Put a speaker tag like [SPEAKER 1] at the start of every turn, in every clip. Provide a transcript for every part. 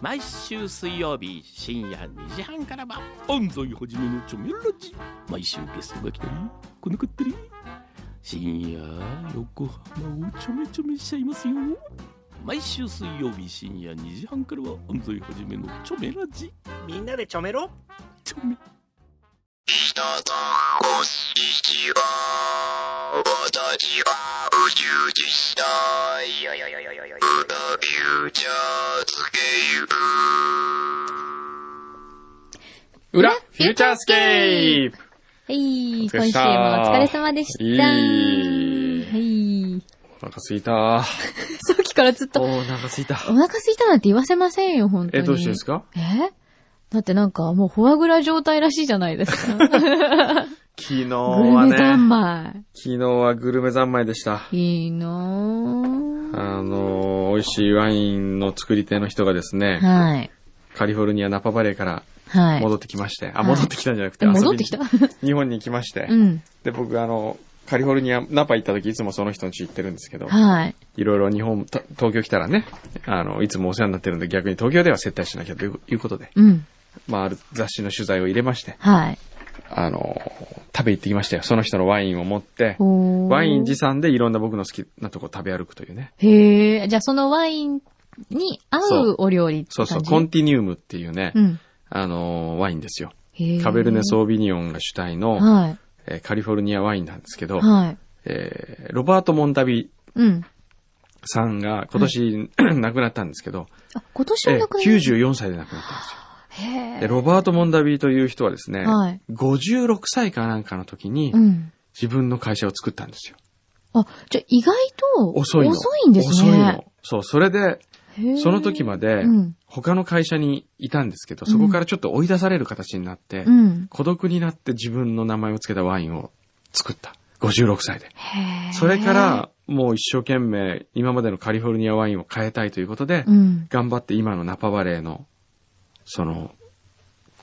[SPEAKER 1] 毎週水曜日深夜2時半からは安西はじめのチョメラジ毎週ゲストが来たり来なかったり深夜横浜をちょめちょめしちゃいますよ毎週水曜日深夜2時半からは安西はじめのチョメラジ
[SPEAKER 2] みんなでちょめろ
[SPEAKER 1] チョメ
[SPEAKER 3] 人とこんにちは。私は宇宙実際。フザフューチャースケープ。
[SPEAKER 4] 裏、フューチャースケープ
[SPEAKER 5] はい、今
[SPEAKER 4] お疲れっ
[SPEAKER 5] 週
[SPEAKER 4] した
[SPEAKER 5] もお疲れ様でした。
[SPEAKER 4] いい
[SPEAKER 5] はい。
[SPEAKER 4] お腹すいた。
[SPEAKER 5] さっきからずっと、
[SPEAKER 4] お腹すいた。
[SPEAKER 5] お腹空いたなんて言わせませんよ、本当に。
[SPEAKER 4] え、どうしてですか
[SPEAKER 5] えだってなんか、もうフォアグラ状態らしいじゃないですか。 グ
[SPEAKER 4] 昨日
[SPEAKER 5] ル
[SPEAKER 4] は
[SPEAKER 5] メ三
[SPEAKER 4] ね、
[SPEAKER 5] 昧。
[SPEAKER 4] 昨日はグルメ三昧でした。
[SPEAKER 5] いいな
[SPEAKER 4] あのー、美味しいワインの作り手の人がです
[SPEAKER 5] ぁ。
[SPEAKER 4] ね、
[SPEAKER 5] はい。
[SPEAKER 4] カリフォルニアナパバレーから
[SPEAKER 5] はい。
[SPEAKER 4] 戻ってきまして、あ、
[SPEAKER 5] はい
[SPEAKER 4] 戻ってきたんじゃなくて、遊びに
[SPEAKER 5] 戻っ てきた
[SPEAKER 4] 日本に行きまして
[SPEAKER 5] う、ん。
[SPEAKER 4] で、僕あの、カリフォルニア、ナパ行った時いつもその人の家行ってるんですけど、
[SPEAKER 5] はい。
[SPEAKER 4] いろいろ日本、た東京来たらね、あの、いつもお世話になってるんで逆に東京では接待しなきゃといういうことで、
[SPEAKER 5] うん。
[SPEAKER 4] まあ、ある雑誌の取材を入れまして、
[SPEAKER 5] はい。
[SPEAKER 4] あの、食べ行ってきましたよ。その人のワインを持って、
[SPEAKER 5] ほー
[SPEAKER 4] ワイン持参でいろんな僕の好きなとこ食べ歩くというね。
[SPEAKER 5] へえ。じゃあそのワインに合
[SPEAKER 4] そう
[SPEAKER 5] うお料理って
[SPEAKER 4] そ
[SPEAKER 5] 感
[SPEAKER 4] う
[SPEAKER 5] じ
[SPEAKER 4] そう、コンティニウムっていうね、
[SPEAKER 5] うん。
[SPEAKER 4] あの、ワインですよ。
[SPEAKER 5] へー
[SPEAKER 4] カベルネ・ソービニオンが主体の、
[SPEAKER 5] は
[SPEAKER 4] えーカリフォルニアワインなんですけ
[SPEAKER 5] い。
[SPEAKER 4] ど、
[SPEAKER 5] はい。
[SPEAKER 4] えーロバート・モンタビ
[SPEAKER 5] うん。
[SPEAKER 4] さんが今 年、亡くなったんですけど、
[SPEAKER 5] あ、今年
[SPEAKER 4] え
[SPEAKER 5] は
[SPEAKER 4] ー
[SPEAKER 5] なくなる。
[SPEAKER 4] 94歳で亡くなったんですよ。
[SPEAKER 5] へえ
[SPEAKER 4] で、ロバート・モンダビーという人はですね、
[SPEAKER 5] はい
[SPEAKER 4] 56歳かなんかの時に
[SPEAKER 5] うん。
[SPEAKER 4] 自分の会社を作ったんですよ。
[SPEAKER 5] あ、じゃあ意外と
[SPEAKER 4] 遅いの。
[SPEAKER 5] んですね。
[SPEAKER 4] 遅いの。そう、それで、
[SPEAKER 5] へー
[SPEAKER 4] その時まで
[SPEAKER 5] うん。
[SPEAKER 4] 他の会社にいたんですけど、そこからちょっと追い出される形になって、
[SPEAKER 5] うん。
[SPEAKER 4] 孤独になって自分の名前を付けたワインを作った。56歳で。
[SPEAKER 5] へー
[SPEAKER 4] それか、ら、もう一生懸命今までのカリフォルニアワインを変えたいということで、
[SPEAKER 5] うん。
[SPEAKER 4] 頑張って今のナパバレーの、その、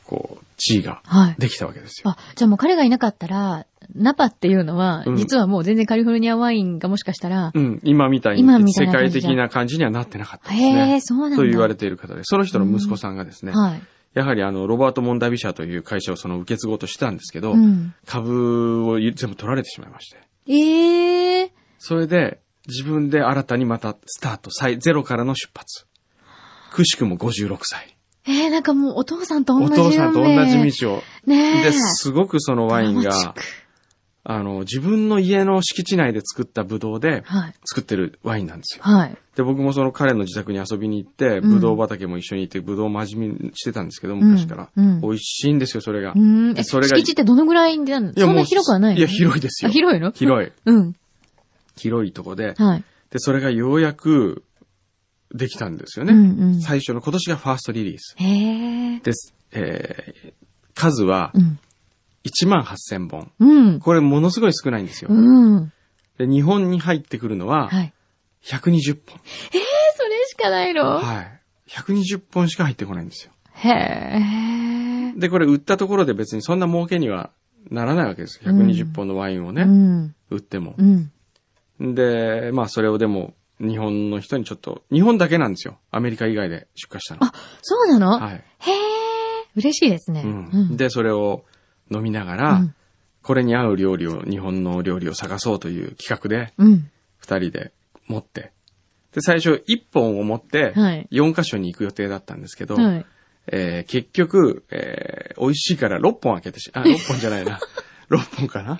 [SPEAKER 4] こう、地位が
[SPEAKER 5] はい。
[SPEAKER 4] できたわけですよ。
[SPEAKER 5] あ、じゃあもう彼がいなかったら、ナパっていうのは、
[SPEAKER 4] うん
[SPEAKER 5] 実はもう全然カリフォルニアワインがもしかしたら、
[SPEAKER 4] うん、今みたい
[SPEAKER 5] 今み
[SPEAKER 4] に
[SPEAKER 5] た
[SPEAKER 4] 世
[SPEAKER 5] いな感
[SPEAKER 4] 界
[SPEAKER 5] じじゃ
[SPEAKER 4] 的な感じにはなってなかったです
[SPEAKER 5] へえ、
[SPEAKER 4] ね。
[SPEAKER 5] そうなんだ。
[SPEAKER 4] と言われている方で、その人の息子さんがですね、
[SPEAKER 5] はい。
[SPEAKER 4] やはりあの、ロバート・モンダビ社という会社をその受け継ごうとしたんですけど、
[SPEAKER 5] うん。
[SPEAKER 4] 株を全部取られてしまいまして。
[SPEAKER 5] ええ
[SPEAKER 4] それで、自分で新たにまたスタート、再ゼロからの出発。くしくも56歳。
[SPEAKER 5] ええなんかもうお父さんと同
[SPEAKER 4] お
[SPEAKER 5] じ
[SPEAKER 4] 父さんと同
[SPEAKER 5] 運命
[SPEAKER 4] じ道を。
[SPEAKER 5] ねえ。
[SPEAKER 4] で、すごくそのワイン
[SPEAKER 5] ド
[SPEAKER 4] が
[SPEAKER 5] ラマチッ、ク
[SPEAKER 4] あの、自分の家の敷地内で作ったブドウで
[SPEAKER 5] はい。
[SPEAKER 4] 作ってるワインなんですよ。
[SPEAKER 5] はい。
[SPEAKER 4] で、僕もその彼の自宅に遊びに行って、
[SPEAKER 5] うん
[SPEAKER 4] ブドウ畑も一緒に行って、ブドウを真面目にしてたんですけど、昔から。
[SPEAKER 5] うんうん
[SPEAKER 4] 美味しいんですよ、それが。
[SPEAKER 5] うーん。え、
[SPEAKER 4] それが
[SPEAKER 5] 敷地ってどのぐらいなのそんな広くはないの
[SPEAKER 4] いや、広いですよ。
[SPEAKER 5] あ広いの
[SPEAKER 4] 広い。
[SPEAKER 5] うん。
[SPEAKER 4] 広いとこで。
[SPEAKER 5] はい。
[SPEAKER 4] で、それがようやく、できたんですよね。
[SPEAKER 5] うんうん
[SPEAKER 4] 最初の、今年がファーストリリース。
[SPEAKER 5] へえ。
[SPEAKER 4] です。えー、数は
[SPEAKER 5] うん。
[SPEAKER 4] 1万8000本。
[SPEAKER 5] うん。
[SPEAKER 4] これものすごい少ないんですよ。
[SPEAKER 5] うん。
[SPEAKER 4] で、日本に入ってくるのは、
[SPEAKER 5] はい。
[SPEAKER 4] 120本。
[SPEAKER 5] え、それしかないの
[SPEAKER 4] はい。120本しか入ってこないんですよ。
[SPEAKER 5] へえ。
[SPEAKER 4] で、これ売ったところで別にそんな儲けにはならないわけです。120本のワインをね、
[SPEAKER 5] うん。
[SPEAKER 4] 売っても
[SPEAKER 5] う。ん。
[SPEAKER 4] で、まあそれをでも、日本の人にちょっと、日本だけなんですよ。アメリカ以外で出荷したの。
[SPEAKER 5] そうなの
[SPEAKER 4] はい。
[SPEAKER 5] へえ。嬉しいですね。
[SPEAKER 4] うん
[SPEAKER 5] うん
[SPEAKER 4] で、それを飲みながら、
[SPEAKER 5] うん
[SPEAKER 4] これに合う料理を、日本の料理を探そうという企画で、
[SPEAKER 5] うん。
[SPEAKER 4] 二人で持って。で、最初一本を持って
[SPEAKER 5] はい、
[SPEAKER 4] 四箇所に行く予定だったんですけど、
[SPEAKER 5] はい。
[SPEAKER 4] えー結局、えー美味しいから6本開けてし、あ、6本じゃないな。6本かな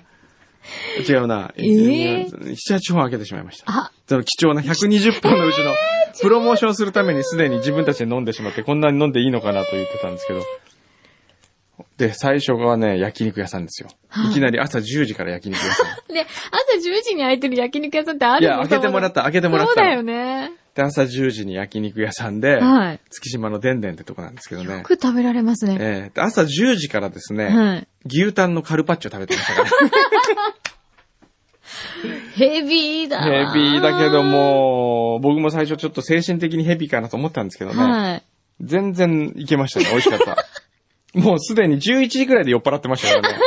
[SPEAKER 4] 違うな。
[SPEAKER 5] えー
[SPEAKER 4] 7、8本開けてしまいました。
[SPEAKER 5] あ、
[SPEAKER 4] その貴重な120本のうちの、プロモーションするためにすでに自分たちで飲んでしまって、こんなに飲んでいいのかなと言ってたんですけど。で、最初がね、焼肉屋さんですよ。いきなり朝10時から焼肉屋さん。
[SPEAKER 5] で、朝10時に開いてる焼肉屋さんってある
[SPEAKER 4] いや、開けてもらった、開けてもらった。
[SPEAKER 5] そうだよね。
[SPEAKER 4] で、朝10時に焼肉屋さんで、
[SPEAKER 5] はい
[SPEAKER 4] 月島のでんでんってとこなんですけどね
[SPEAKER 5] よ。く食べられますね。
[SPEAKER 4] えーで朝10時からですね、
[SPEAKER 5] はい。
[SPEAKER 4] 牛タンのカルパッチョ食べてましたか
[SPEAKER 5] ヘビーだ。
[SPEAKER 4] ら。ヘビーだけど。も、僕も最初ちょっと精神的にヘビーかなと思ったんですけどね。
[SPEAKER 5] はい。
[SPEAKER 4] 全然いけましたね。美味しか った。もうすでに11時くらいで酔っ払ってましたからね。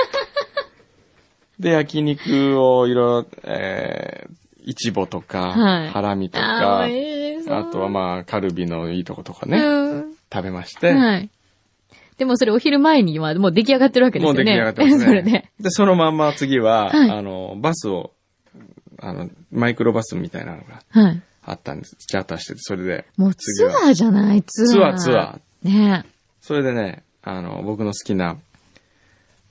[SPEAKER 4] で、焼肉をいろいろ、えー、イチボとか、
[SPEAKER 5] はい
[SPEAKER 4] ハラミと
[SPEAKER 5] あ
[SPEAKER 4] か
[SPEAKER 5] ー、美味し
[SPEAKER 4] あとはまあ、カルビのいいとことか
[SPEAKER 5] う
[SPEAKER 4] ね、
[SPEAKER 5] ん。
[SPEAKER 4] 食べまして、
[SPEAKER 5] はい。でもそれお昼前にはもう出来上がってるわけで
[SPEAKER 4] も
[SPEAKER 5] すよ
[SPEAKER 4] う
[SPEAKER 5] ね。
[SPEAKER 4] 出来上がってますね。
[SPEAKER 5] それで。
[SPEAKER 4] で、そのまんま次は、
[SPEAKER 5] はい
[SPEAKER 4] あの、バスを、あの、マイクロバスみたいなのが
[SPEAKER 5] はい。
[SPEAKER 4] あったんです。チャーターしてて、それで、
[SPEAKER 5] もう
[SPEAKER 4] 次
[SPEAKER 5] ツ
[SPEAKER 4] は
[SPEAKER 5] アーじゃない、ツ
[SPEAKER 4] ツア
[SPEAKER 5] ア
[SPEAKER 4] ー
[SPEAKER 5] ー。
[SPEAKER 4] ツア
[SPEAKER 5] ー。ねえ。
[SPEAKER 4] それでね、あの、僕の好きな、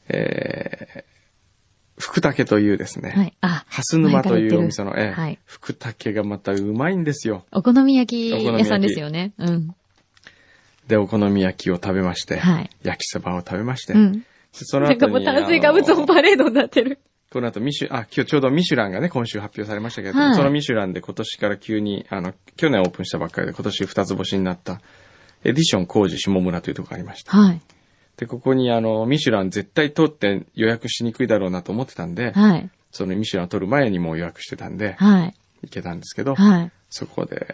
[SPEAKER 4] えー、福竹というですね、
[SPEAKER 5] はい。あ、
[SPEAKER 4] 蓮沼というお店の、え
[SPEAKER 5] 前から言ってるはい
[SPEAKER 4] え、福竹がまたうまいんですよ。
[SPEAKER 5] お好み焼
[SPEAKER 4] お好
[SPEAKER 5] き
[SPEAKER 4] み
[SPEAKER 5] 屋
[SPEAKER 4] 焼き
[SPEAKER 5] さんですよね。うん。
[SPEAKER 4] で、お好み焼きを食べまして、
[SPEAKER 5] はい
[SPEAKER 4] 焼きそばを食べまして、
[SPEAKER 5] う
[SPEAKER 4] で
[SPEAKER 5] ん。
[SPEAKER 4] その
[SPEAKER 5] なん
[SPEAKER 4] 後
[SPEAKER 5] かもう
[SPEAKER 4] に、
[SPEAKER 5] 炭水化物
[SPEAKER 4] あの
[SPEAKER 5] のパレードになってる。
[SPEAKER 4] この後ミシュ、あ、今日ちょうどミシュランがね、今週発表されましたけれども、
[SPEAKER 5] はい
[SPEAKER 4] そのミシュランで今年から急に、あの、去年オープンしたばっかりで、今年二つ星になった、エディション工事下村というところがありました。
[SPEAKER 5] はい。
[SPEAKER 4] で、ここにあの、ミシュラン絶対通って予約しにくいだろうなと思ってたんで、
[SPEAKER 5] はい。
[SPEAKER 4] そのミシュランを取る前にもう予約してたんで、
[SPEAKER 5] はい。
[SPEAKER 4] 行けたんですけど、
[SPEAKER 5] はい。
[SPEAKER 4] そこで、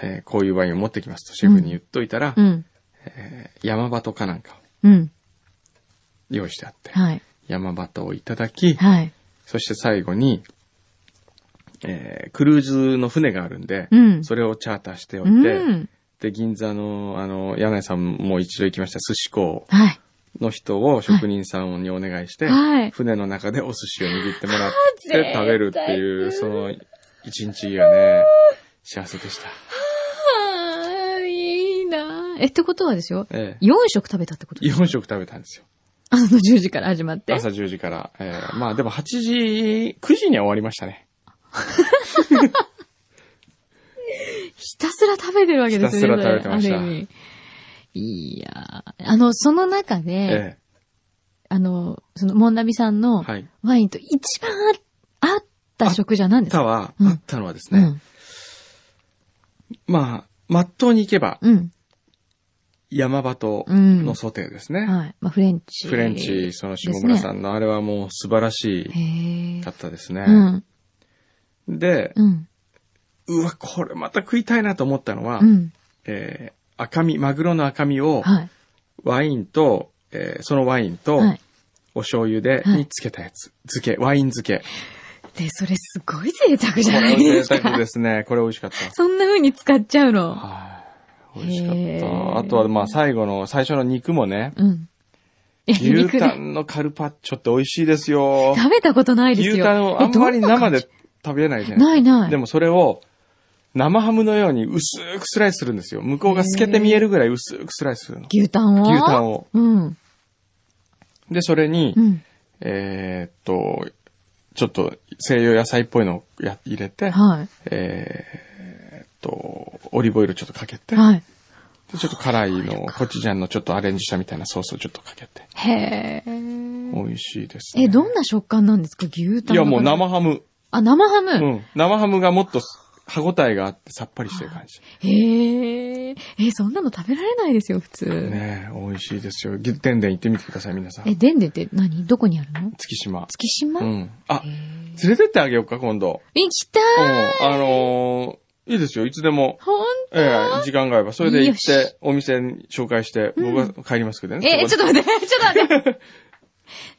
[SPEAKER 4] えーこういうワインを持ってきますとシェフに言っといたら、
[SPEAKER 5] うん。
[SPEAKER 4] 山鳩かなんかを
[SPEAKER 5] うん。
[SPEAKER 4] 用意してあって、
[SPEAKER 5] はい。
[SPEAKER 4] 山鳩をいただき、
[SPEAKER 5] はい。
[SPEAKER 4] そして最後に、えークルーズの船があるんで、
[SPEAKER 5] うん
[SPEAKER 4] それをチャーターしておいて、
[SPEAKER 5] うん。
[SPEAKER 4] で、銀座の、あの、柳井さんも一度行きました寿司港
[SPEAKER 5] はい。
[SPEAKER 4] の人を職人さんにお願いして、
[SPEAKER 5] はい
[SPEAKER 4] 船の中でお寿司を握ってもらっ
[SPEAKER 5] あー
[SPEAKER 4] て
[SPEAKER 5] 贅沢
[SPEAKER 4] 食べるっていう、その一日がね、幸せでした。
[SPEAKER 5] はーい、いいなーえ、ってことはですよ。
[SPEAKER 4] ええ
[SPEAKER 5] 4食食べたってこと
[SPEAKER 4] 4食食べたんですよ。
[SPEAKER 5] 朝の10時から始まって。
[SPEAKER 4] 朝10時から。ええまあでも8時、9時には終わりましたね。
[SPEAKER 5] ひたすら食べてるわけですよ
[SPEAKER 4] ひ
[SPEAKER 5] ね。
[SPEAKER 4] たすら食べてました
[SPEAKER 5] ある意味いやーあの、その中で、
[SPEAKER 4] え
[SPEAKER 5] あの、その、モンナビさん
[SPEAKER 4] え
[SPEAKER 5] の
[SPEAKER 4] はい。
[SPEAKER 5] ワインと一番あ合った食じゃ
[SPEAKER 4] あ
[SPEAKER 5] 何
[SPEAKER 4] っ
[SPEAKER 5] です
[SPEAKER 4] た
[SPEAKER 5] か
[SPEAKER 4] は、
[SPEAKER 5] うん
[SPEAKER 4] あったのはですね、まあ、まっとうに行けば、
[SPEAKER 5] うん。
[SPEAKER 4] 山鳩のソテーですね。
[SPEAKER 5] うん。はい。まあ、フレンチ。
[SPEAKER 4] フレンチ、その下村さんのあれはもう素晴らし
[SPEAKER 5] へえ
[SPEAKER 4] か。ったですね。
[SPEAKER 5] うん。
[SPEAKER 4] で、
[SPEAKER 5] うん。
[SPEAKER 4] うわ、これまた食いたいなと思ったのは、
[SPEAKER 5] うん。
[SPEAKER 4] えー赤身、マグロの赤身を
[SPEAKER 5] はい。
[SPEAKER 4] ワインと、えーそのワインと、
[SPEAKER 5] はい。
[SPEAKER 4] お醤油で、
[SPEAKER 5] はい
[SPEAKER 4] につけたやつ。漬け、ワイン漬け。
[SPEAKER 5] で、それすごい贅沢じ
[SPEAKER 4] こ
[SPEAKER 5] ゃな
[SPEAKER 4] れ
[SPEAKER 5] いで
[SPEAKER 4] 贅
[SPEAKER 5] すか。
[SPEAKER 4] 沢ですね。 これ美味しかった。
[SPEAKER 5] そんな風に使っちゃうの。
[SPEAKER 4] はい。美味し
[SPEAKER 5] へ
[SPEAKER 4] かっ
[SPEAKER 5] ー
[SPEAKER 4] た。あとは、まあ、最後の、最初の肉もね、
[SPEAKER 5] うん。え
[SPEAKER 4] 牛
[SPEAKER 5] 肉
[SPEAKER 4] タ
[SPEAKER 5] で。
[SPEAKER 4] ンのカルパッチョって美味しいですよ。
[SPEAKER 5] 食べたことないですよ。
[SPEAKER 4] 牛タンをあんまり生で食べないじゃ
[SPEAKER 5] え。
[SPEAKER 4] ないですか
[SPEAKER 5] ないない。
[SPEAKER 4] でもそれを生ハムのように薄くスライスするんですよ。向こうが透けて見えるぐらい薄くスライスするの。
[SPEAKER 5] 牛タンを
[SPEAKER 4] 牛タンを。
[SPEAKER 5] うん。
[SPEAKER 4] で、それに、
[SPEAKER 5] うん。
[SPEAKER 4] えーっと、ちょっと西洋野菜っぽいのをや入れて、
[SPEAKER 5] は
[SPEAKER 4] えーっと、オリーブオイルちょっとかけ
[SPEAKER 5] い。
[SPEAKER 4] て、
[SPEAKER 5] はい。
[SPEAKER 4] でちょっと辛いのをコチュジャンのちょっとアレンジしたみたいなソースをちょっとかけて、
[SPEAKER 5] へ
[SPEAKER 4] 美
[SPEAKER 5] え。
[SPEAKER 4] 味しいです、ね。
[SPEAKER 5] え、どんな食感なんですか牛タ
[SPEAKER 4] い
[SPEAKER 5] ン
[SPEAKER 4] や、
[SPEAKER 5] の
[SPEAKER 4] もう生ハム。
[SPEAKER 5] あ、生ハム。
[SPEAKER 4] うん。生ハムがもっと歯応えがあってさっぱりしてる感じ。
[SPEAKER 5] へえ。え、そんなの食べられないですよ、普通。
[SPEAKER 4] ねえ、美味しいですよ。でんでん行ってみてください、皆さ
[SPEAKER 5] え、
[SPEAKER 4] ん。
[SPEAKER 5] でんでんって何どこにあるの
[SPEAKER 4] 月島。
[SPEAKER 5] 月島、
[SPEAKER 4] うん。あ
[SPEAKER 5] へ、ー
[SPEAKER 4] 連れてってあげようか、今度。
[SPEAKER 5] 行きたい
[SPEAKER 4] うん。あのーいいですよ、いつでも。
[SPEAKER 5] ほん
[SPEAKER 4] ええ時間があれば。それで行っ、
[SPEAKER 5] よして
[SPEAKER 4] お店に紹介して、僕は帰りますけどね。
[SPEAKER 5] えー、ち
[SPEAKER 4] そこ
[SPEAKER 5] ょっと待 って、ちょっと待 って。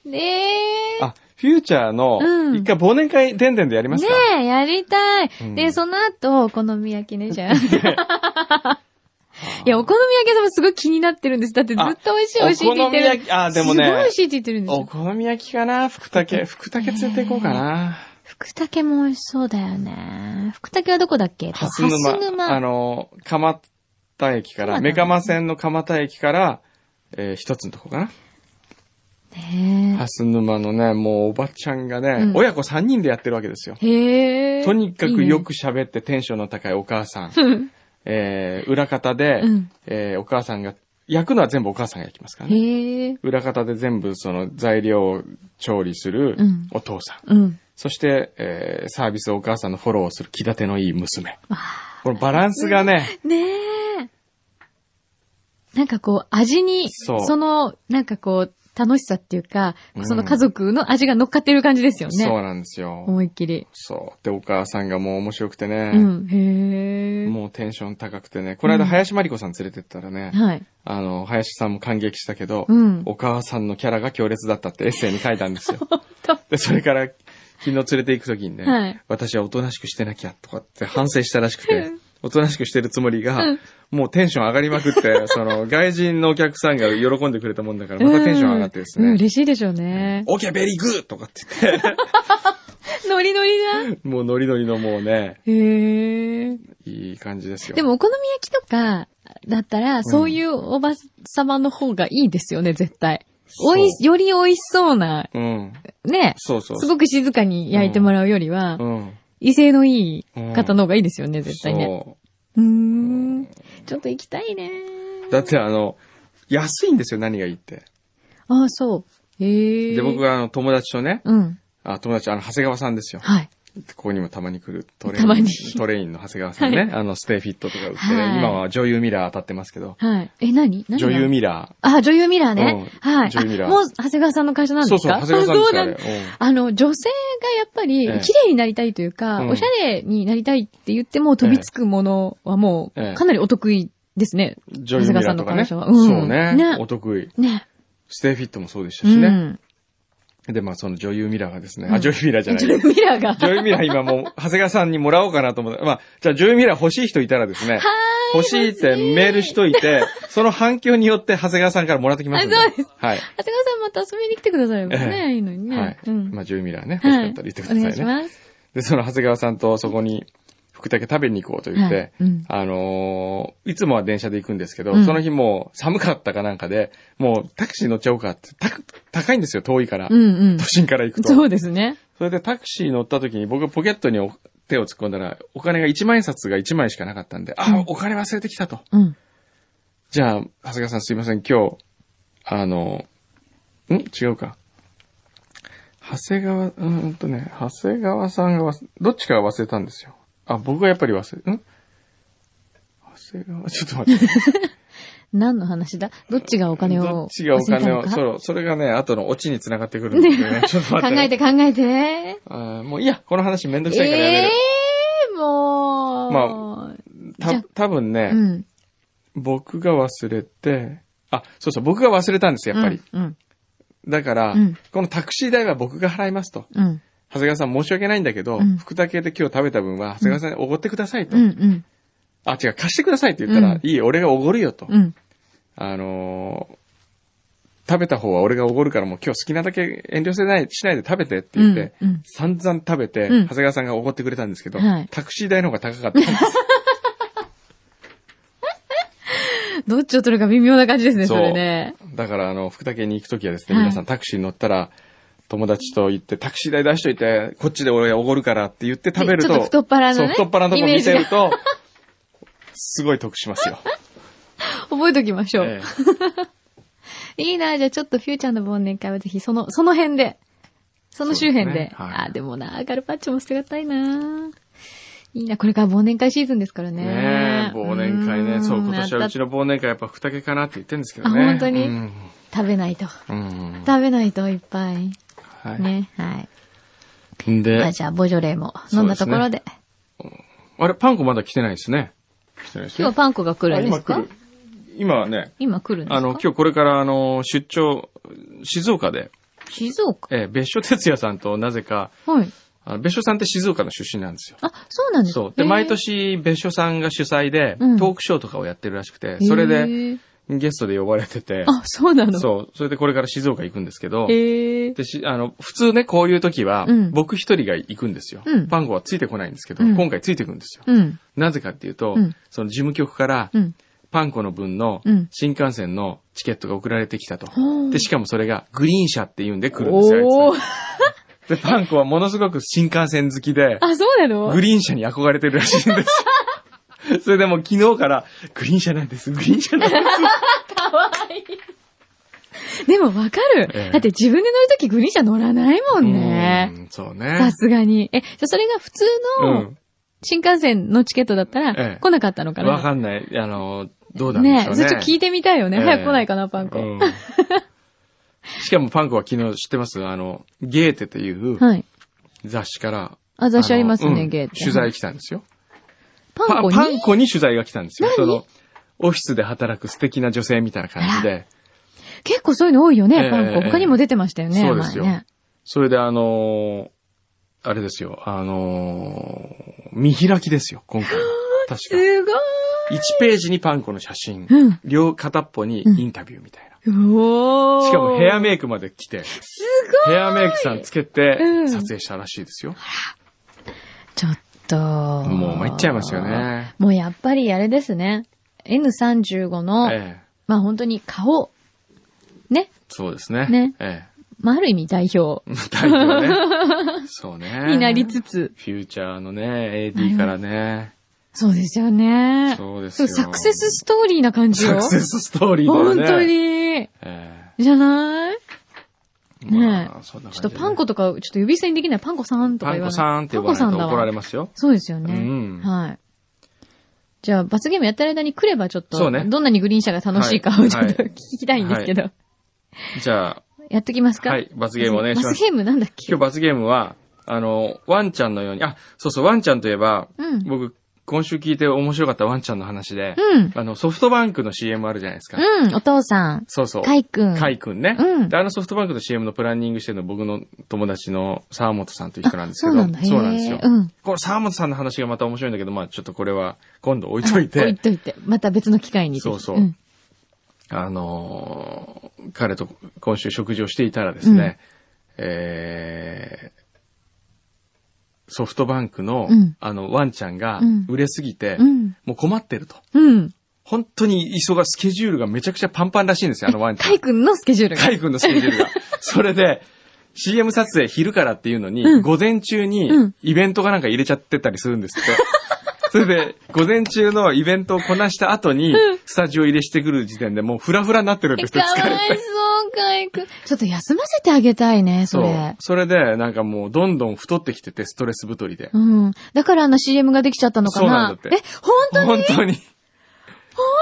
[SPEAKER 5] ねえ。
[SPEAKER 4] であ、フューチャーの
[SPEAKER 5] う、ん
[SPEAKER 4] 一回忘年会、でんでんでやります
[SPEAKER 5] ね
[SPEAKER 4] か
[SPEAKER 5] え、やりたい。
[SPEAKER 4] うん
[SPEAKER 5] で、その後、お好み焼きね、じゃあ。い や、お好み焼き屋さんもすごい気になってるんです。だってずっと美味しい美味しいって言って
[SPEAKER 4] お好
[SPEAKER 5] る。
[SPEAKER 4] み焼きあでもね
[SPEAKER 5] すごい美味しいって言ってるんです
[SPEAKER 4] お
[SPEAKER 5] よ。
[SPEAKER 4] 好み焼きかな福竹。福竹連れて行こうかな。
[SPEAKER 5] 福竹も美味しそうだよね。福竹はどこだっけ
[SPEAKER 4] 蓮沼。
[SPEAKER 5] 蓮
[SPEAKER 4] あのー、蒲田駅から、
[SPEAKER 5] 蒲田
[SPEAKER 4] 目蒲線の蒲田駅から、えー一つのとこかな。
[SPEAKER 5] ね
[SPEAKER 4] 蓮沼のね、もうおばちゃんがね、
[SPEAKER 5] うん
[SPEAKER 4] 親子3人でやってるわけですよ。
[SPEAKER 5] え。へえ。
[SPEAKER 4] とにかくよく
[SPEAKER 5] い
[SPEAKER 4] 喋ってテンションの高いお母さん。
[SPEAKER 5] いね。
[SPEAKER 4] えー、裏方で、
[SPEAKER 5] うん
[SPEAKER 4] えーお母さんが、焼くのは全部お母さんが焼きますからね。
[SPEAKER 5] へえ。
[SPEAKER 4] 裏方で全部その材料を調理する
[SPEAKER 5] うん
[SPEAKER 4] お父さん。
[SPEAKER 5] うん。
[SPEAKER 4] そして、えー、サービスをお母さんのフォローをする気立てのいい娘。
[SPEAKER 5] わ
[SPEAKER 4] このバランスがね、
[SPEAKER 5] ねえ。なんかこう、味に、
[SPEAKER 4] そう
[SPEAKER 5] その、なんかこう、楽しさっていうか、
[SPEAKER 4] うん
[SPEAKER 5] その家族の味が乗っかってる感じですよね。
[SPEAKER 4] そうなんですよ。
[SPEAKER 5] 思いっきり。
[SPEAKER 4] そう。で、お母さんがもう面白くて
[SPEAKER 5] う
[SPEAKER 4] ね、
[SPEAKER 5] ん。へえ。
[SPEAKER 4] もうテンション高くてね、この間
[SPEAKER 5] うん
[SPEAKER 4] 林真理子さん連れてったらね、
[SPEAKER 5] はい。
[SPEAKER 4] あの、林さんも感激したけど、
[SPEAKER 5] うん
[SPEAKER 4] お母さんのキャラが強烈だったってエッセイに書いたん ですよ。
[SPEAKER 5] 当
[SPEAKER 4] で、それから、昨日連れて行くときにね、
[SPEAKER 5] はい
[SPEAKER 4] 私はおとなしくしてなきゃとかって反省したらしくて、おとなしくしてるつもりが、もうテンション上がりまく って、その、外人のお客さんが喜んでくれたもんだから、またテンション上がってです
[SPEAKER 5] うん、
[SPEAKER 4] ね。
[SPEAKER 5] 嬉しいでしょうね。
[SPEAKER 4] オーケーベリーグーとかって言って、
[SPEAKER 5] ノリノリだ。
[SPEAKER 4] もうノリノリのもうね、
[SPEAKER 5] へえ。
[SPEAKER 4] いい感じですよ。
[SPEAKER 5] でも、お好み焼きとか、だったら、そういうおばさまの方がいいですよね、絶対。
[SPEAKER 4] そう
[SPEAKER 5] おいし、より美味しそうな、
[SPEAKER 4] うん。
[SPEAKER 5] ね。
[SPEAKER 4] そうそう。
[SPEAKER 5] すごく静かに焼いてもらうよりは、
[SPEAKER 4] うん。
[SPEAKER 5] 威勢のい
[SPEAKER 4] うん
[SPEAKER 5] い方の方がいいですよね、絶対ね。
[SPEAKER 4] そう
[SPEAKER 5] ーん。ちょっと行きたいね。
[SPEAKER 4] う。だってあの、安いんですよ、何がいいって。
[SPEAKER 5] ああ、そう。へえ。
[SPEAKER 4] で、僕があの、友達とね、
[SPEAKER 5] うん。
[SPEAKER 4] あ、友達、あの、長谷川さんですよ。
[SPEAKER 5] はい。
[SPEAKER 4] ここにもたまに来るトレイン。
[SPEAKER 5] たまに
[SPEAKER 4] トレインの長谷川さんね。あの、ステイフィットとか売って、
[SPEAKER 5] はい
[SPEAKER 4] 今は女優ミラー当たってますけど、
[SPEAKER 5] はい。え、何何が
[SPEAKER 4] 女優ミラ
[SPEAKER 5] あ、女優ミラーね。
[SPEAKER 4] うん
[SPEAKER 5] はい。
[SPEAKER 4] 女優ミラー
[SPEAKER 5] あもう、長谷川さんの会社なん
[SPEAKER 4] ー。
[SPEAKER 5] です
[SPEAKER 4] そ
[SPEAKER 5] か
[SPEAKER 4] うそう、長谷川さん
[SPEAKER 5] あそう
[SPEAKER 4] で
[SPEAKER 5] だ
[SPEAKER 4] すよ、あれ。うん
[SPEAKER 5] あの、女性がやっぱり
[SPEAKER 4] ええ、
[SPEAKER 5] 綺麗になりたいというか、
[SPEAKER 4] うん
[SPEAKER 5] おしゃれになりたいって言っても飛びつくものはも
[SPEAKER 4] ええ
[SPEAKER 5] う、かなりお得意ですね。
[SPEAKER 4] 女優ミラーとかね。
[SPEAKER 5] 長谷川さんの彼女はうん
[SPEAKER 4] そうね
[SPEAKER 5] ね
[SPEAKER 4] お得意。
[SPEAKER 5] ね。
[SPEAKER 4] ステイフィットもそうでした
[SPEAKER 5] う
[SPEAKER 4] しね。
[SPEAKER 5] ん。
[SPEAKER 4] で、まあその女優ミラーがですね。
[SPEAKER 5] う
[SPEAKER 4] あ、
[SPEAKER 5] ん
[SPEAKER 4] 女優ミラーじゃな
[SPEAKER 5] 女
[SPEAKER 4] い。
[SPEAKER 5] 優ミラーが。
[SPEAKER 4] 女優ミラー今 もう、長谷川さんにもらおうかなと思って。まあ、じゃあ女優ミラー欲しい人いたらですね。欲しいってメールしといて、その反響によって長谷川さんからもらってきますんで。
[SPEAKER 5] あそうです
[SPEAKER 4] はい。
[SPEAKER 5] 長谷川さんまた遊びに来てくださるもん
[SPEAKER 4] ええ
[SPEAKER 5] ね。いいのにね。
[SPEAKER 4] はい。
[SPEAKER 5] うん。
[SPEAKER 4] まあ、女優ミラーね、
[SPEAKER 5] は
[SPEAKER 4] 欲
[SPEAKER 5] い
[SPEAKER 4] しかったら言ってくださいね。
[SPEAKER 5] お願いします。
[SPEAKER 4] で、その長谷川さんとそこに福竹食べに行こうと言って、
[SPEAKER 5] はいうん
[SPEAKER 4] あのーいつもは電車で行くんですけど、
[SPEAKER 5] うん
[SPEAKER 4] その日もう寒かったかなんかで、もうタクシー乗っちゃおうかって、た高いんですよ、遠いから。
[SPEAKER 5] うんうん
[SPEAKER 4] 都。心から行くと。
[SPEAKER 5] そうですね。
[SPEAKER 4] それでタクシー乗った時に僕ポケットにお手を突っ込んだら、お金が1万円札が1枚しかなかったんで、
[SPEAKER 5] う
[SPEAKER 4] あ
[SPEAKER 5] ん、
[SPEAKER 4] お金忘れてきたと。
[SPEAKER 5] うん。
[SPEAKER 4] じゃあ、長谷川さんすいません、今日、あの、ん違うか。長谷川、うーんとね、長谷川さんが忘、どっちかが忘れたんですよ。あ、僕がやっぱり忘れ、ん長谷川、ちょっと待って。
[SPEAKER 5] 何の話だどっちがお金を
[SPEAKER 4] どっちがお金
[SPEAKER 5] 忘
[SPEAKER 4] を、
[SPEAKER 5] れたのか
[SPEAKER 4] そう、それがね、後のオチにつながってくるんです よね。ちょっと待
[SPEAKER 5] 考
[SPEAKER 4] って、
[SPEAKER 5] え
[SPEAKER 4] ね。
[SPEAKER 5] て考えて。
[SPEAKER 4] あーもういいや、この話めんどくさいからやめ
[SPEAKER 5] え
[SPEAKER 4] る
[SPEAKER 5] え。ー、もう。
[SPEAKER 4] ま
[SPEAKER 5] じゃ
[SPEAKER 4] た、多分ね、
[SPEAKER 5] うん。
[SPEAKER 4] 僕が忘れて、あ、そうそう、僕が忘れたんですよ、やっぱり。
[SPEAKER 5] うん。
[SPEAKER 4] だから、
[SPEAKER 5] うん
[SPEAKER 4] このタクシー代は僕が払いますと。
[SPEAKER 5] うん。
[SPEAKER 4] 長谷川さん申し訳ないんだけど、
[SPEAKER 5] うん
[SPEAKER 4] 福竹で今日食べた分は長谷川さんにおごってくださいと。
[SPEAKER 5] うん。うん。
[SPEAKER 4] あ、違う、貸してくださいって言ったら、
[SPEAKER 5] うん
[SPEAKER 4] いい、俺がおごるよと。
[SPEAKER 5] うん。
[SPEAKER 4] あのー食べた方は俺がおごるからもう今日好きなだけ遠慮せない、しないで食べてって言って、
[SPEAKER 5] うんうん
[SPEAKER 4] 散々食べて、
[SPEAKER 5] うん
[SPEAKER 4] 長谷川さんがおごってくれたんですけど、
[SPEAKER 5] はい
[SPEAKER 4] タクシー代の方が高かったん です。
[SPEAKER 5] どっちを取るか微妙な感じですね、それね。
[SPEAKER 4] だから、あの、福竹に行くときはですね、
[SPEAKER 5] はい
[SPEAKER 4] 皆さんタクシーに乗ったら、友達と行って、タクシー代出しといて、こっちで俺おごるからって言って食べると、
[SPEAKER 5] でちょっと太っ腹の
[SPEAKER 4] そ
[SPEAKER 5] ね
[SPEAKER 4] う、太っ腹のとこ
[SPEAKER 5] イメー
[SPEAKER 4] 見
[SPEAKER 5] ジ
[SPEAKER 4] せ
[SPEAKER 5] が
[SPEAKER 4] ると、すごい得しますよ。
[SPEAKER 5] 覚えときましょう。
[SPEAKER 4] え
[SPEAKER 5] いいな、じゃあちょっとフューチャーの忘年会はぜひその、その辺で。その周辺
[SPEAKER 4] そ
[SPEAKER 5] で。
[SPEAKER 4] うですねはい
[SPEAKER 5] あ、でもな、ガルパッチョも捨てがたいな。いいな、これから忘年会シーズンですから
[SPEAKER 4] え
[SPEAKER 5] ね。
[SPEAKER 4] ねえ、忘年会
[SPEAKER 5] ー
[SPEAKER 4] ね。
[SPEAKER 5] ん
[SPEAKER 4] そう、今年はうち
[SPEAKER 5] ま
[SPEAKER 4] の忘年会やっぱ福竹かなって言ってるんですけどね。
[SPEAKER 5] あ本当に
[SPEAKER 4] うん。
[SPEAKER 5] た食べないと。
[SPEAKER 4] うん
[SPEAKER 5] 食べないといっぱい。
[SPEAKER 4] はい。
[SPEAKER 5] ね、はい。
[SPEAKER 4] で、
[SPEAKER 5] まあじゃあ、ボジョレーも飲んだところで。
[SPEAKER 4] あれ、パン粉まだ来てないですね。来てないですね。
[SPEAKER 5] 今日パン粉が来るんで
[SPEAKER 4] あ
[SPEAKER 5] すか
[SPEAKER 4] 今来る。今はね、
[SPEAKER 5] 今来るんですか
[SPEAKER 4] あの、今日これからあの、出張、静岡で、
[SPEAKER 5] 日。静岡
[SPEAKER 4] えー別所哲也さんとなぜか、
[SPEAKER 5] はい。
[SPEAKER 4] あの別所さんって静岡の出身なんですよ。
[SPEAKER 5] あ、そうなんですか
[SPEAKER 4] そう。で、
[SPEAKER 5] へー
[SPEAKER 4] 毎年別所さんが主催で、
[SPEAKER 5] うん
[SPEAKER 4] トークショーとかをやってるらしくて、それ
[SPEAKER 5] へ
[SPEAKER 4] で
[SPEAKER 5] ー
[SPEAKER 4] ゲストで呼ばれてて、
[SPEAKER 5] あ、そうなの
[SPEAKER 4] そう。それでこれから静岡行くんですけど、
[SPEAKER 5] へえ。
[SPEAKER 4] でしあの、普通ね、こういう時は
[SPEAKER 5] う、ん
[SPEAKER 4] 僕一人が行くんですよ。
[SPEAKER 5] うん
[SPEAKER 4] パンゴはついてこないんですけど、
[SPEAKER 5] うん
[SPEAKER 4] 今回ついてくんですよ。
[SPEAKER 5] うん。
[SPEAKER 4] なぜかっていうと、
[SPEAKER 5] うん
[SPEAKER 4] その事務局から
[SPEAKER 5] う、ん。
[SPEAKER 4] パンコの分の
[SPEAKER 5] うん
[SPEAKER 4] 新幹線のチケットが送られてきたと。
[SPEAKER 5] ほう
[SPEAKER 4] で、しかもそれがグリーン車って言うんで来るんですよあいつは
[SPEAKER 5] お。ー
[SPEAKER 4] で、パンコはものすごく新幹線好きで、
[SPEAKER 5] あ、そうなの
[SPEAKER 4] グリーン車に憧れてるらしいんです。 それでもう昨日から、グリーン車なんです、グリーン車なんです。
[SPEAKER 5] かわいい。でもわかる、
[SPEAKER 4] ええ
[SPEAKER 5] だって自分で乗るときグリーン車乗らないもんね。
[SPEAKER 4] うんそう
[SPEAKER 5] さ
[SPEAKER 4] ね。
[SPEAKER 5] すがに。え、じゃあそれが普通
[SPEAKER 4] う
[SPEAKER 5] の
[SPEAKER 4] ん。
[SPEAKER 5] 新幹線のチケットだった
[SPEAKER 4] ええ
[SPEAKER 5] ら来なかったのかな、
[SPEAKER 4] わかんない。あの、どうなんで
[SPEAKER 5] ね
[SPEAKER 4] しょ
[SPEAKER 5] え、
[SPEAKER 4] うね。
[SPEAKER 5] それちょっと聞いてみたいよね。
[SPEAKER 4] ええ
[SPEAKER 5] 早く来ないかな、パンコ。
[SPEAKER 4] うんしかもパンコは昨日知ってますあの、ゲーテという
[SPEAKER 5] はい。
[SPEAKER 4] 雑誌から。
[SPEAKER 5] あ、雑誌あります
[SPEAKER 4] の
[SPEAKER 5] ね、
[SPEAKER 4] うん
[SPEAKER 5] ゲーって。
[SPEAKER 4] 取材来たんですよ。
[SPEAKER 5] パンコ
[SPEAKER 4] パパン
[SPEAKER 5] に
[SPEAKER 4] コに取材が来たんですよ。その、オフィスで働く素敵な女性みたいな感じで。
[SPEAKER 5] 結構そういうの多いよね、
[SPEAKER 4] ええ
[SPEAKER 5] パンコ。他にも出てましたよね、
[SPEAKER 4] そうですよ
[SPEAKER 5] 前ね。
[SPEAKER 4] それであのーあれですよ、あのー見開きですよ、今回。確か。
[SPEAKER 5] す
[SPEAKER 4] 1
[SPEAKER 5] ご
[SPEAKER 4] ページにパンコの写真、
[SPEAKER 5] ーい。うん。
[SPEAKER 4] 両片っぽにインタビューみたいな。
[SPEAKER 5] おー。
[SPEAKER 4] しかもヘアメイクまで来て、
[SPEAKER 5] すごい
[SPEAKER 4] ヘアメイクさんつけて
[SPEAKER 5] うん
[SPEAKER 4] 撮影したらしいですよ。
[SPEAKER 5] ちょっと。
[SPEAKER 4] もう参っちゃいますよ。ね。
[SPEAKER 5] もうやっぱりあれですね。N35 の、
[SPEAKER 4] ええ、
[SPEAKER 5] まあ本当に顔、ね。
[SPEAKER 4] そうですね。
[SPEAKER 5] ね
[SPEAKER 4] ええ。
[SPEAKER 5] まあある意味代表
[SPEAKER 4] 代 表ね。そうね。
[SPEAKER 5] になりつつ。
[SPEAKER 4] フューチャーのね、AD からね。
[SPEAKER 5] そうですよね。
[SPEAKER 4] そうですよ。
[SPEAKER 5] サクセスストーリーな感じよ。
[SPEAKER 4] サクセスストーリーだよ
[SPEAKER 5] 本
[SPEAKER 4] ね。
[SPEAKER 5] 当。に。
[SPEAKER 4] え
[SPEAKER 5] じゃない
[SPEAKER 4] え。
[SPEAKER 5] ねえ
[SPEAKER 4] まあ、そんな感
[SPEAKER 5] ち
[SPEAKER 4] じで
[SPEAKER 5] ょっと
[SPEAKER 4] ね
[SPEAKER 5] パンコとか、ちょっと指線できないパンコさんとか
[SPEAKER 4] パン
[SPEAKER 5] 言わ
[SPEAKER 4] コ
[SPEAKER 5] ない。
[SPEAKER 4] さんって呼ばない
[SPEAKER 5] パンコさん
[SPEAKER 4] と
[SPEAKER 5] だわ
[SPEAKER 4] 怒られますよ。
[SPEAKER 5] そうですよね。
[SPEAKER 4] うん
[SPEAKER 5] はい。じゃあ、罰ゲームやってる間に来ればちょっと、
[SPEAKER 4] そうね
[SPEAKER 5] どんなにグリーン車が楽しいか
[SPEAKER 4] は
[SPEAKER 5] を
[SPEAKER 4] い
[SPEAKER 5] ちょっと
[SPEAKER 4] は
[SPEAKER 5] 聞きたいんですけど。
[SPEAKER 4] じゃあ、
[SPEAKER 5] やっときますか
[SPEAKER 4] はい、罰ゲームお願いします
[SPEAKER 5] 罰。ゲームなんだっけ
[SPEAKER 4] 今日罰ゲームは、あの、ワンちゃんのように、あ、そうそう、ワンちゃんといえば、
[SPEAKER 5] うん。
[SPEAKER 4] 僕、今週聞いて面白かったワンちゃんの話で、
[SPEAKER 5] うん。
[SPEAKER 4] あの、ソフトバンクの CM あるじゃないですか。
[SPEAKER 5] うん。お父さん。
[SPEAKER 4] そうそう。
[SPEAKER 5] かいくん。
[SPEAKER 4] カイくんね。
[SPEAKER 5] うん
[SPEAKER 4] で、あのソフトバンクの CM のプランニングしてるの僕の友達の沢本さんという人なんですけど。
[SPEAKER 5] そうなんだ。へー
[SPEAKER 4] そうなんですよ。
[SPEAKER 5] うん。
[SPEAKER 4] この沢本さんの話がまた面白いんだけど、まあちょっとこれは今度置いとい
[SPEAKER 5] あ置い
[SPEAKER 4] て、
[SPEAKER 5] といて。また別の機会にぜ
[SPEAKER 4] そ
[SPEAKER 5] ひ。
[SPEAKER 4] うそう
[SPEAKER 5] うん
[SPEAKER 4] あのー彼と今週食事をしていたらですね、えー、ソフトバンクの、
[SPEAKER 5] うん
[SPEAKER 4] あの、ワンちゃんが
[SPEAKER 5] うん
[SPEAKER 4] 売れすぎて、
[SPEAKER 5] うん。
[SPEAKER 4] もう困ってると。
[SPEAKER 5] うん。
[SPEAKER 4] 本当に忙し、スケジュールがめちゃくちゃパンパンらしいんですよ、あのワンちゃん
[SPEAKER 5] か。いくんのスケジュールが。
[SPEAKER 4] カイ君のスケジュール が。それで、CM 撮影昼からっていうのに、
[SPEAKER 5] うん
[SPEAKER 4] 午前中
[SPEAKER 5] うん
[SPEAKER 4] にイベントがなんか入れちゃってたりするんです って。それで、午前中のイベントをこなした後に、スタジオ入れしてくる時点でもうフラフラになってるん
[SPEAKER 5] え
[SPEAKER 4] です
[SPEAKER 5] か
[SPEAKER 4] よ、
[SPEAKER 5] わ
[SPEAKER 4] 疲れ
[SPEAKER 5] い
[SPEAKER 4] て。
[SPEAKER 5] そう、かいくん。ちょっと休ませてあげたいね、それ。
[SPEAKER 4] それで、なんかもうどんどん太ってきてて、ストレス太りで。
[SPEAKER 5] うん。だからあの CM ができちゃったのかな
[SPEAKER 4] そうなんだって
[SPEAKER 5] え、本当に
[SPEAKER 4] 本当に。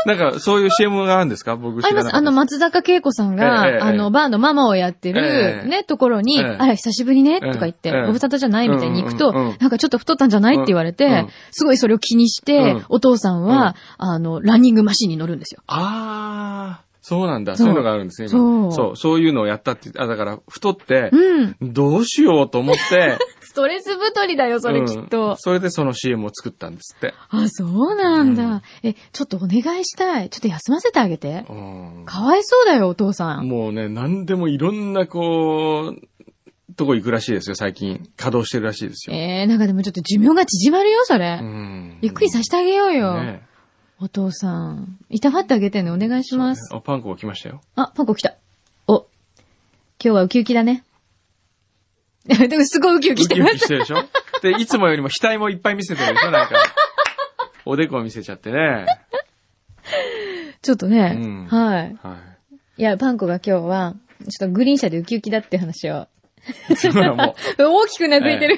[SPEAKER 4] なんか、そういう CM があるんですか僕
[SPEAKER 5] あ
[SPEAKER 4] 知
[SPEAKER 5] り
[SPEAKER 4] らな
[SPEAKER 5] ます。
[SPEAKER 4] かった
[SPEAKER 5] あの、松坂慶子さんが、
[SPEAKER 4] ええええ
[SPEAKER 5] あの、バーのママをやってる
[SPEAKER 4] え、え
[SPEAKER 5] ね、ところに、
[SPEAKER 4] ええ
[SPEAKER 5] あら、久しぶりね、とか言って、
[SPEAKER 4] ええ
[SPEAKER 5] ご無沙汰じゃないみたいに行くと、
[SPEAKER 4] うんうんうん
[SPEAKER 5] なんかちょっと太ったんじゃないって言われて、
[SPEAKER 4] うん
[SPEAKER 5] すごいそれを気にして、
[SPEAKER 4] うん
[SPEAKER 5] お父さんは、あの、ランニングマシンに乗るんですよ。
[SPEAKER 4] あー、そうなんだ。
[SPEAKER 5] そう
[SPEAKER 4] そういうのがあるんですね、今
[SPEAKER 5] そう
[SPEAKER 4] そう、そういうのをやったって、あ、だから、太って、
[SPEAKER 5] うん。
[SPEAKER 4] どうしようと思って、
[SPEAKER 5] ストレス太りだ よ、それ
[SPEAKER 4] うん
[SPEAKER 5] きっと。
[SPEAKER 4] それでその CM を作ったんですって。
[SPEAKER 5] あ、そうなんだ、
[SPEAKER 4] うん
[SPEAKER 5] え、ちょっとお願いしたい。ちょっと休ませてあげて。
[SPEAKER 4] うん
[SPEAKER 5] かわいそうだよ、お父さん。
[SPEAKER 4] もうね、何でもいろんなこう、とこ行くらしいですよ、最近。稼働してるらしいですよ。
[SPEAKER 5] えー、なんかでもちょっと寿命が縮まるよ、それ。
[SPEAKER 4] うん
[SPEAKER 5] ゆっくりさせてあげようよ。
[SPEAKER 4] ね
[SPEAKER 5] お父さん。いたわってあげてね、お願いします。
[SPEAKER 4] あ、パンコが来ましたよ。
[SPEAKER 5] あ、パンコ来た。お。今日はウキウキだね。 でもすごいウキウキしてま
[SPEAKER 4] ウキウキして
[SPEAKER 5] す。
[SPEAKER 4] るでしょで、いつもよりも額もいっぱい見せてるでしょ なんか。おでこを見せちゃってね。
[SPEAKER 5] ちょっとね、
[SPEAKER 4] うん
[SPEAKER 5] はい。
[SPEAKER 4] はい
[SPEAKER 5] や、パンコが今日は、ちょっとグリーン車でウキウキだって話を。
[SPEAKER 4] い。そうなのもう
[SPEAKER 5] 大きくうなずいてる。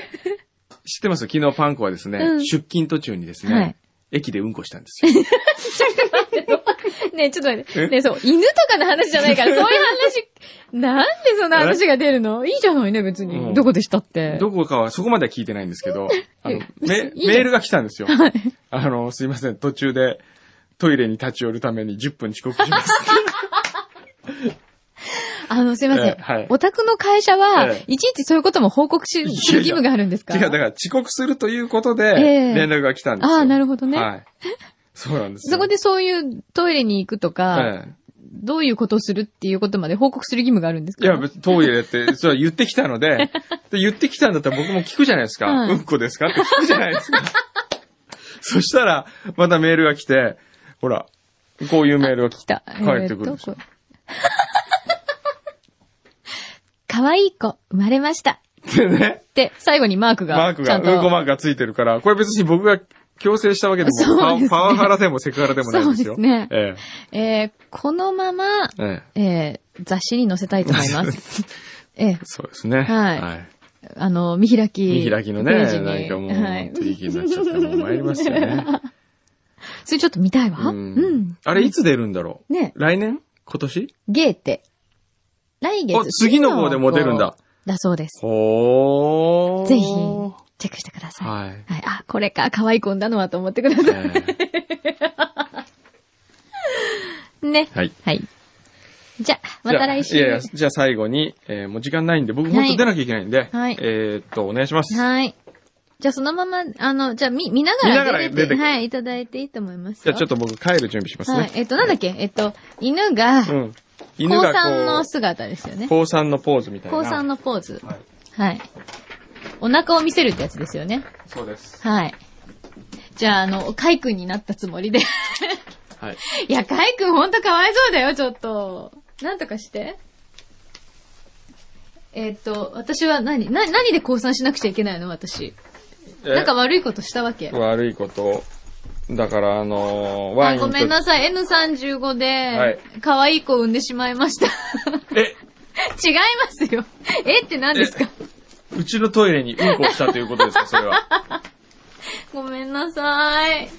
[SPEAKER 4] 知ってます昨日パンコはですね、
[SPEAKER 5] うん
[SPEAKER 4] 出勤途中にですね、
[SPEAKER 5] はい
[SPEAKER 4] 駅でうんこしたんですよ。
[SPEAKER 5] ねえ、ちょっと待って。
[SPEAKER 4] え
[SPEAKER 5] ねえ、そう、犬とかの話じゃな いから、そういう話、なんでそんな話が出るのいいじゃないね、別
[SPEAKER 4] う
[SPEAKER 5] に。
[SPEAKER 4] ん
[SPEAKER 5] どこでしたって。
[SPEAKER 4] どこかは、そこまでは聞いてないんですけ ど、あの、メ
[SPEAKER 5] いいよ
[SPEAKER 4] メールが来たんですよ。
[SPEAKER 5] はい。
[SPEAKER 4] あの、すいません、途中でトイレに立ち寄るために10分遅刻します。
[SPEAKER 5] あの、すいません。
[SPEAKER 4] ええはい
[SPEAKER 5] お宅の会社は、
[SPEAKER 4] ええ
[SPEAKER 5] いちいちそういうことも報告し、する義務があるんですか
[SPEAKER 4] 違う、だから遅刻するということで、
[SPEAKER 5] ええ
[SPEAKER 4] 連絡が来たんですよ。
[SPEAKER 5] ああなるほどね
[SPEAKER 4] はい。そうなんですよ
[SPEAKER 5] そこ、でそういうトイレに行くとか、
[SPEAKER 4] え
[SPEAKER 5] どういうことをするっていうことまで報告する義務があるんです
[SPEAKER 4] えい
[SPEAKER 5] か
[SPEAKER 4] や、別にトイレって、それは言ってきたの で、で言ってきたんだったら僕も聞くじゃないですか。
[SPEAKER 5] はい
[SPEAKER 4] うんこですかって聞くじゃないですか。 そしたら、またメールが来て、ほら、こういうメールが来
[SPEAKER 5] 来た。
[SPEAKER 4] 返ってくるんですよ
[SPEAKER 5] えーっとこう 可愛い子、生まれました。
[SPEAKER 4] でね、
[SPEAKER 5] で、最後にマークが。
[SPEAKER 4] マーク
[SPEAKER 5] ちゃ
[SPEAKER 4] が、うんん
[SPEAKER 5] と
[SPEAKER 4] こマークがついてるから、これ別に僕が強制したわけで
[SPEAKER 5] そ
[SPEAKER 4] も、パ
[SPEAKER 5] う
[SPEAKER 4] ワ
[SPEAKER 5] ですね
[SPEAKER 4] パワハラでもセクハラでもないですよ。
[SPEAKER 5] そうですね
[SPEAKER 4] え
[SPEAKER 5] えーこのまま、
[SPEAKER 4] え。ええ。
[SPEAKER 5] えー雑誌に載せたいと思 います。えー
[SPEAKER 4] そうですね。
[SPEAKER 5] はいあの、見開き。
[SPEAKER 4] 見開きのね、
[SPEAKER 5] ページに
[SPEAKER 4] なんかもう、
[SPEAKER 5] はい
[SPEAKER 4] 本当。にいい気になっちゃって、もう参りましたよね。
[SPEAKER 5] それちょっと見たいわ。
[SPEAKER 4] う
[SPEAKER 5] うん。
[SPEAKER 4] ん。あれ、いつ出るんだろう
[SPEAKER 5] ね、
[SPEAKER 4] 来年今年
[SPEAKER 5] ゲーテ。来
[SPEAKER 4] お
[SPEAKER 5] 月。
[SPEAKER 4] 次の号でも出るんだ。。
[SPEAKER 5] だそうです。
[SPEAKER 4] ほー。
[SPEAKER 5] ぜひ、チェックしてください。
[SPEAKER 4] はい。
[SPEAKER 5] はい。あ、これか、可愛い子産んだのはと思ってくださ
[SPEAKER 4] ええ
[SPEAKER 5] い。ね。
[SPEAKER 4] はい。
[SPEAKER 5] はい。じゃあ、また来週。
[SPEAKER 4] じゃあいやいや、じゃあ最後に、えーもう時間ないんで、僕本当出なきゃいけないんで、
[SPEAKER 5] はい
[SPEAKER 4] えーっと、お願いします。
[SPEAKER 5] はい。じゃあそのまま、あの、じゃあ見、見なが
[SPEAKER 4] 見なが
[SPEAKER 5] ら
[SPEAKER 4] ら
[SPEAKER 5] 出て、
[SPEAKER 4] 出てくる
[SPEAKER 5] はい、いただいていいと思います
[SPEAKER 4] じ
[SPEAKER 5] よ。
[SPEAKER 4] ゃあちょっと僕帰る準備しますね。
[SPEAKER 5] はい。えっと、なんだっけえっと、犬が、
[SPEAKER 4] うん。
[SPEAKER 5] 高
[SPEAKER 4] 犬が
[SPEAKER 5] 3の
[SPEAKER 4] こ
[SPEAKER 5] 姿ですよ
[SPEAKER 4] う、
[SPEAKER 5] ね。
[SPEAKER 4] 高三のポーズみたいな。
[SPEAKER 5] 高3。のポーズ。
[SPEAKER 4] はい。
[SPEAKER 5] はい。お腹を見せるってやつですよね。
[SPEAKER 4] そうです。
[SPEAKER 5] はい。じゃあ、あの、カイ君になったつもりで。
[SPEAKER 1] はい。
[SPEAKER 5] いや、カイ君ほんとかわいそうだよ、ちょっと。なんとかして。えっと、私は何、な、何で降参しなくちゃいけないの私。なんか悪いことしたわけ。
[SPEAKER 4] 悪いこと。だから、あのー、ワイ
[SPEAKER 5] あ
[SPEAKER 4] ンと
[SPEAKER 5] ごめんなさい、N35
[SPEAKER 4] はい
[SPEAKER 5] で、可愛い子を産んでしまいました。
[SPEAKER 4] え、
[SPEAKER 5] 違いますよ。えって何ですか
[SPEAKER 4] うちのトイレにうんこしたということですか、それは。
[SPEAKER 5] ごめんなさい。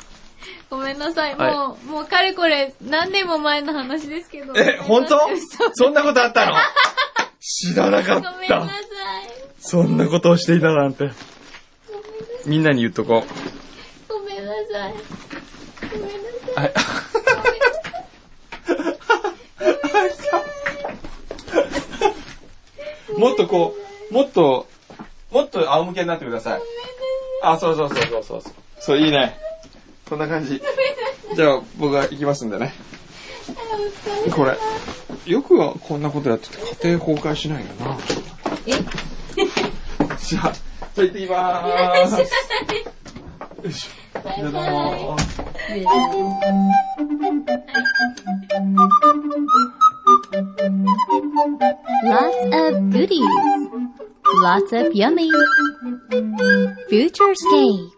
[SPEAKER 5] ごめんなさい。もう、
[SPEAKER 4] は
[SPEAKER 5] もうかれこれ何年も前の話ですけど。
[SPEAKER 4] え、本当
[SPEAKER 5] 嘘
[SPEAKER 4] そんなことあ ったの知らなかっ
[SPEAKER 5] ごめんな
[SPEAKER 4] た
[SPEAKER 5] さ。い。
[SPEAKER 4] そんなことをしていたなんて。みんなに言っとこう。
[SPEAKER 5] ごめんなさい。ごめんなさい。
[SPEAKER 4] はい。もっとこう、もっと、もっと仰向けになってください。あ、そうそうそうそうそうそう。そう、いいね。こんな感じ。じゃあ、僕は行きますんでね。これ。よくはこんなことやってて家庭崩壊しないよな。 じゃあ、じゃあ行ってきま ーす。よいしょ。じゃあどうも
[SPEAKER 5] Lots of goodies. Lots of yummies. Futurescape.